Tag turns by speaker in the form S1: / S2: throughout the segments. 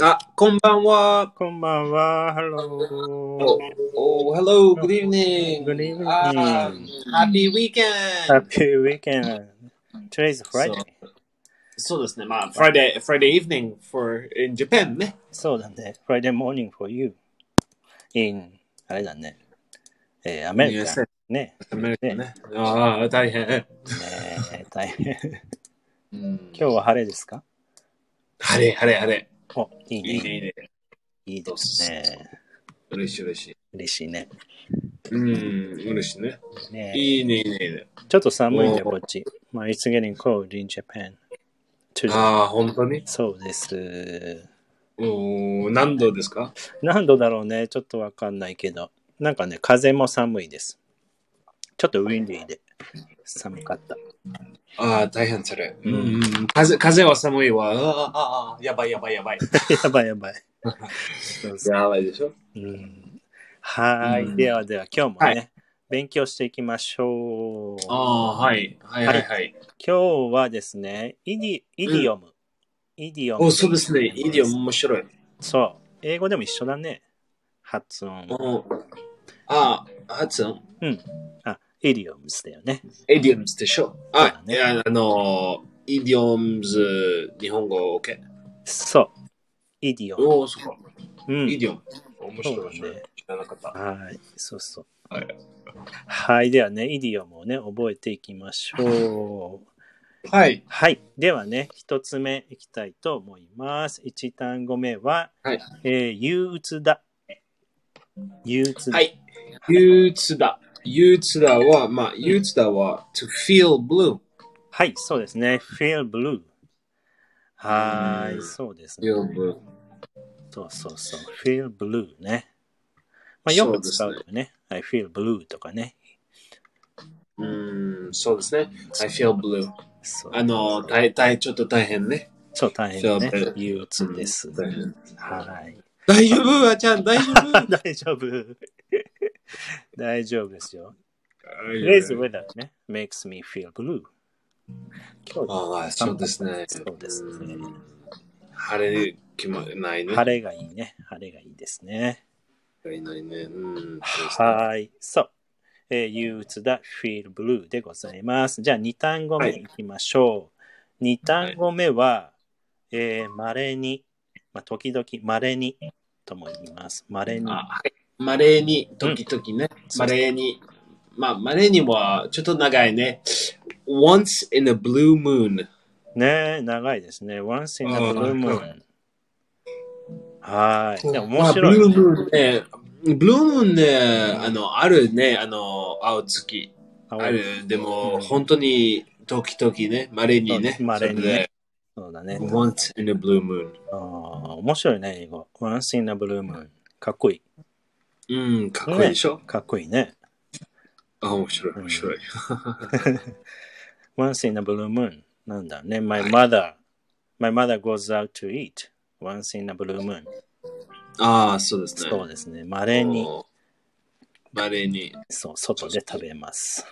S1: あ、こんばんは。
S2: こんばんは。Hello.
S1: お、お hello, good evening.
S2: Good evening.
S1: Ah, happy weekend.
S2: Happy weekend. Today is Friday.
S1: そうですね。まあ、Friday, Friday evening for in Japan ね。
S2: そうだね。Friday morning for you. In あれだね。えー、アメリカ
S1: USA。
S2: ね。
S1: アメリカね。ああ、大変。
S2: えー、大変。
S1: うん
S2: 今日は晴れですか
S1: 晴れ、晴れ、晴れ。
S2: お、いいね。
S1: いいね、いいね。
S2: いいですね。
S1: 嬉しい、嬉しい。
S2: 嬉しいね。
S1: うん、嬉しいね。
S2: ね
S1: いいね、いいね、いいね。
S2: ちょっと寒いね、こっち。まあ、It's getting cold in Japan. Today.
S1: ああ、本当に
S2: そうです。
S1: おー何度ですか
S2: 何度だろうね。ちょっとわかんないけど。なんかね、風も寒いです。ちょっとウィンディーで寒かった。
S1: ああ、大変それ。うんん、風風は寒いわ。ああああ、やばい、やばい、やばい。
S2: やばいやばい。そうそ
S1: やばいでしょ
S2: ううん、はーい、
S1: うん
S2: ではでは、今日もね、
S1: は
S2: 勉強していきましょう。
S1: ああ、はい。はいはいはい。
S2: 今日はですね、イディイディオム。イディオム。
S1: おそうですね。イディオム。面白い。
S2: そう。英語でも一緒だね。発音は。
S1: おああ、発音。
S2: あ、イディオムスだよね。
S1: イディオムズでしょ
S2: そ
S1: あ
S2: う、だね
S1: いや、あの、イディオムズ、日本語 OK。
S2: そう。イディオム。
S1: おお、そうか。
S2: うん
S1: イディオム。面白い。
S2: そうだね
S1: 知らなかった。
S2: はい、そうそう。
S1: はい。
S2: はい、ではね、イディオムをね、覚えていきましょう。
S1: はい。
S2: はい、ではね、一つ目いきたいと思います。一単語目は、
S1: はい。
S2: えー、憂鬱だ。憂鬱だ。
S1: は、い。憂鬱だ。憂鬱だは、まあ、憂鬱だは、to feel blue。
S2: はい、そうですね。feel blue。はー
S1: う
S2: い、
S1: ん
S2: そうですね。
S1: feel blue。
S2: そうそうそう。feel blue ね。まあ、よく使うよ
S1: そ
S2: ね。I feel blue とかね。
S1: うーん、そうですね。I feel blue。
S2: そう
S1: あの、大体ちょっと大変ね。
S2: そう大変ね
S1: feel blue。
S2: 憂鬱です。
S1: 大変。
S2: はい。
S1: 大丈夫あちゃん、 大丈夫
S2: 大丈夫。大丈夫ですよ。Today's weather ね。makes me feel blue. 今日
S1: ああ、そうですね。
S2: そうですね
S1: ん晴れ気もないね。
S2: 晴れがいいね。晴れがいいですね。
S1: れないね。うん。
S2: はい。そう。えー、憂鬱だ feel blue でございます。じゃあ2単語目いきましょう。2単語目は、えー、稀に、まあ、時々稀にとも言います。稀に。
S1: あはい。まれに、時々ね。まれに。まあ、まれにはちょっと長いね。Once in a blue moon。
S2: ねえ、長いですね。once in a
S1: うん
S2: blue
S1: うん
S2: moon. はーい。でも
S1: ま
S2: 面
S1: あ
S2: 白い、ね。
S1: ブルームーンね。ブルームーンね、あの、あるね、あの、青月。ある、でも、本当に、時々ね、まれにね。
S2: 稀に
S1: そ
S2: ね
S1: れで
S2: そうだね。
S1: Once in a blue moon。
S2: あー面白いね、英語。Once in a blue moon。かっこい
S1: うん、かっこいいでしょ、
S2: い。かっこいいね。
S1: あ、面白い、面白い。
S2: Once in a blue moon。なんだね。My mother. My mother goes out to eat. Once in a blue moon。
S1: ああ、そうですね。
S2: そうですね。稀に、
S1: おー。まれに。
S2: そう、外で食べます。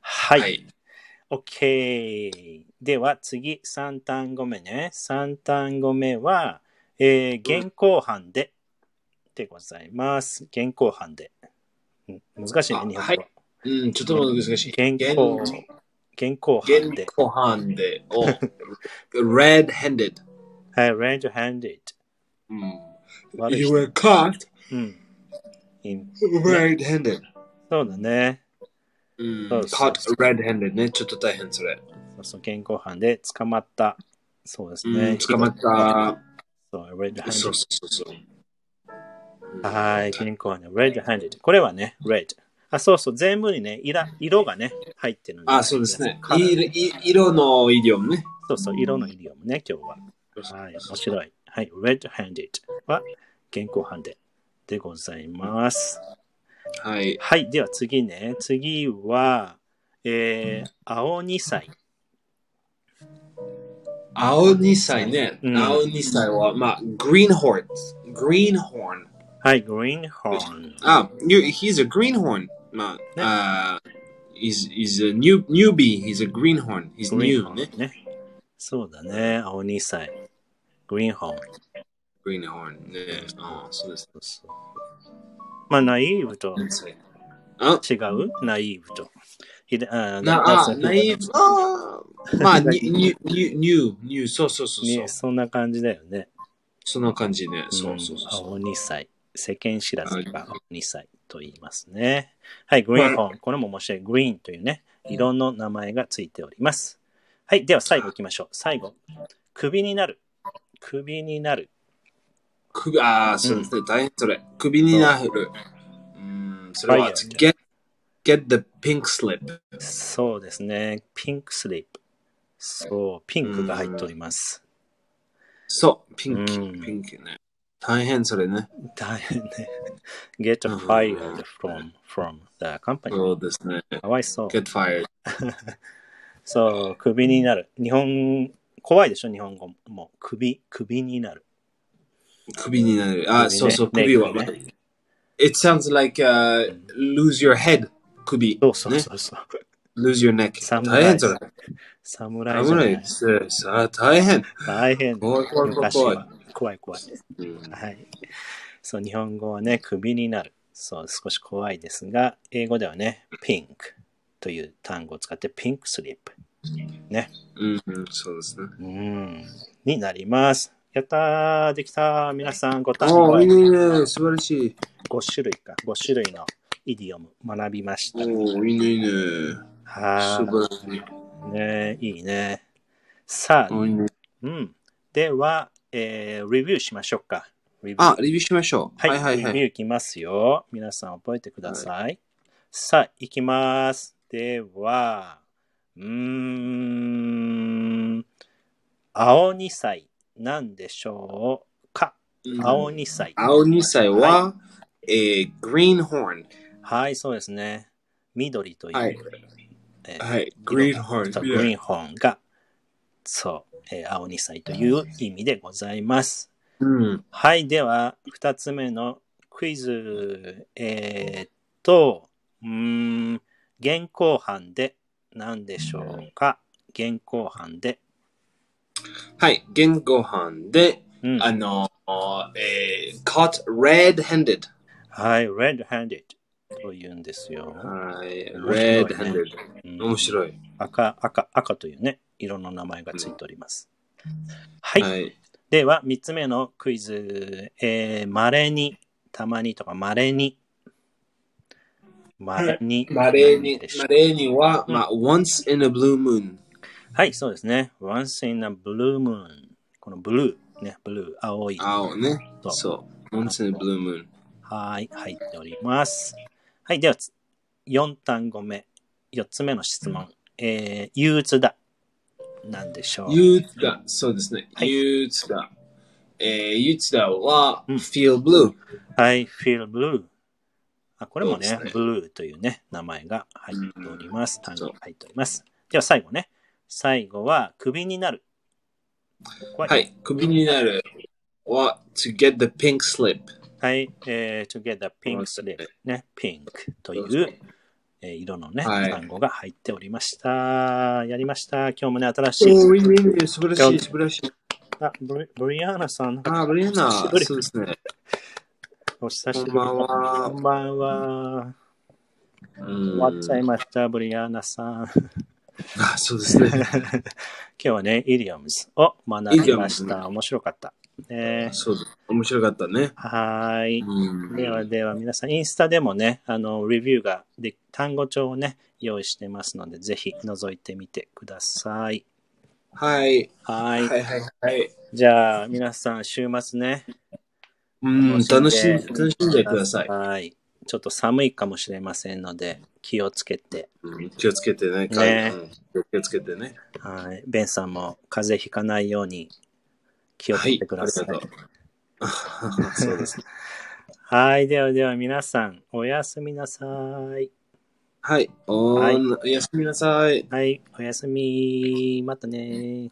S2: はい。
S1: はい。
S2: OK。では次、3単語目ね。3単語目は、えー、現行犯ででございます。現行犯で。うん難しいね、
S1: あ
S2: 日本語。
S1: はいうん、ちょっと難しい。
S2: 現行、現行犯
S1: 現
S2: で。
S1: 行犯で。お red-handed。
S2: はい、red-handed。
S1: うん。
S2: 悪い
S1: You
S2: 人
S1: were caught
S2: うん。in-
S1: red-handed.
S2: そうだね。
S1: うん。
S2: そうそう
S1: caught red-handed ね。ちょっと大変それ。
S2: そうそう、現行犯で捕まった。そうです
S1: う
S2: ね。
S1: ん、捕まった。
S2: そう、red-handed。
S1: そうそうそう。うん
S2: はい、銀行ね、red handed。これはね、red。あ、そうそう、全部にね、色色がね、入ってるの
S1: あ、そうですね。
S2: カラー
S1: いい色のイディオムね。
S2: そうそう、色のイディオムね、今日は。はい、面白い。はい、red handed は現行犯ででございます。
S1: はい。
S2: はい、では次ね。次は、えー、青2歳。
S1: 青二歳ね。
S2: うん
S1: 青二歳は、まあ、greenhorn。greenhorn。
S2: はい、greenhorn。
S1: あ、you, Ah, he's a greenhorn. まあ、あー he's, he's a new, newbie. He's a greenhorn. He's new ね。
S2: ね。そうだね、青2歳。greenhorn。
S1: Greenhorn Oh, ね。ああ、そうです。
S2: そうそうまあ、ナイーブと
S1: あ
S2: 違うナイーブと。ひであ
S1: なあ、
S2: 夏
S1: ナイー ブ、あーまあ、ニュ、ニュ、ニュ、ニュー、ニュー、そうそうそうそう
S2: ね、。そんな感じだよね。
S1: そんな感じね。
S2: Mm.
S1: そうそうそうそう。
S2: 青二歳。世間知らずが青二歳と言いますね。はい、グリーンホーン。これも面白い。グリーンというね、色の名前がついております。はい、では最後行きましょう。最後。首になる。首になる。
S1: 首、ああ、そうですね。大変それ。首になる。うん、それは、
S2: Fire
S1: get, get the pink slip.
S2: そうですね。ピンクスリープ。そう、ピンクが入っております。
S1: そう、ピンキ
S2: うん
S1: ー、ピンキーね。大変それね。
S2: 大変ね。get fired from, from the company.
S1: そうですね。
S2: かわいそう。
S1: get fired.
S2: そう、首になる。日本、怖いでしょ、日本語も。首、首になる。
S1: 首になる。ああ、
S2: 首ね
S1: そうそう、
S2: ね
S1: 首は
S2: 首ね。
S1: It sounds like、uh, lose your head. 首。
S2: そうそう
S1: ね
S2: そうそう。
S1: lose your neck.
S2: 侍
S1: 大変それ。
S2: 侍じ
S1: 危
S2: ゃな
S1: ない
S2: い
S1: で。す。さあ、大変。
S2: 大変。
S1: 怖い怖い怖い
S2: 昔は。怖い怖い。
S1: うん
S2: はい。そう、日本語はね、首になる。そう、少し怖いですが、英語ではね、ピンクという単語を使って、ピンクスリップ
S1: うん、うんそうですね。
S2: うんになります。やったーできたー皆さん、ご単
S1: あ
S2: 語
S1: あ、いいね。素晴らしい。
S2: 5種類か、5種類のイディオム学びました。
S1: おお、いいね、いいね。
S2: は
S1: 素
S2: ー
S1: 晴らしい。
S2: い。ねいいね。さあ、
S1: おいいね
S2: うん。では、えー、レビューしましょうか。レビュー
S1: あ、レビューしましょう。
S2: は、
S1: はいいはいは
S2: レビ
S1: い。
S2: ューいきますよ。皆さん覚えてください。さあ、いきます。では、うーん、青二歳、なんでしょうか
S1: うん
S2: 青二歳。
S1: 青2歳は、えー、グリーンホーン。
S2: はい、そうですね。緑という、
S1: はい
S2: えー
S1: はい、グリーンホーン。
S2: そうグリーンホーンが、そう、えー青二歳という意味でございます。
S1: うん。
S2: はい、では、二つ目のクイズ。えーっと、うーん、現行犯で何でしょうか現行犯で。
S1: はい、現行犯で、
S2: うん、
S1: あの、えー、caught red-handed。
S2: はい、red-handed と言うんですよ。
S1: はい、Uh,
S2: 面白いね
S1: red-handed。
S2: うん
S1: 面白い。
S2: 赤、赤、赤というね、色の名前がついております。はい、
S1: はい。
S2: では、三つ目のクイズ。えー、稀に、たまにとか、稀に。稀 に。
S1: マレー
S2: 何
S1: に
S2: でしょ、
S1: マ
S2: う
S1: レーには、まあ、once in a blue moon。
S2: はい、そうですね。Once in a blue moon。このブルー、ね、ブルー、青い。
S1: 青ね。
S2: そう
S1: そう。once in a blue moon。
S2: はい、入っております。はい、では、4単語目。4つ目の質問。えー、憂鬱だ。なんでしょう。
S1: 憂鬱だ。そうですね。
S2: はい
S1: 憂鬱だ。えー、憂鬱だは、
S2: うん
S1: Uh, feel blue。
S2: I feel blue. あこれもね
S1: そうですね
S2: ブルーというね、名前が入っております。単語
S1: そう
S2: が入っております。では、最後ね。最後は、クビになる。これ
S1: はい。首になるは、to get the pink slip。
S2: はい、えー、together pink
S1: そう
S2: slip
S1: です
S2: ね、ピンクとい
S1: そううで、
S2: えー色のね、
S1: はい
S2: 単語が入っておりました。やりました。今日もね、新しい。
S1: おーいいねいいね。素晴らし
S2: 今日
S1: い、素晴らしい。
S2: あブリブリアーナさん、
S1: あー、ブリアナ、
S2: 久し
S1: そ
S2: ぶり
S1: うですね。
S2: お久しぶり。
S1: こんばんは
S2: こんばんは。
S1: うん
S2: 終わっち ゃいました、ブリアーナさん。
S1: あ、そうですね。
S2: 今日はね、イディオムズを学びまし
S1: イディオム
S2: た。面白かった。ね、
S1: そうだ。面白かったね。
S2: はーい。
S1: うん。
S2: ではでは皆さん、インスタでもね、あの、レビューがで、単語帳をね、用意してますので、ぜひ覗いてみてください。
S1: はい。
S2: はい。
S1: はいはいはい。
S2: じゃあ、皆さん、週末ね。
S1: うん、
S2: 楽
S1: 楽
S2: し
S1: し
S2: ん
S1: ん
S2: で
S1: 楽しんでください。
S2: はい。ちょっと寒いかもしれませんので、気をつけて。
S1: うん気をつけてね。
S2: ね
S1: うん気をつけてね。
S2: はい。ベンさんも風邪ひかないように気をつ
S1: は
S2: け
S1: い
S2: て。ください。
S1: あり
S2: は
S1: がとう。そうですね。
S2: い。ではでは皆さん、おやすみなさい。
S1: はい。おー
S2: はい
S1: おやすみなさい。
S2: はい。おやすみ。またね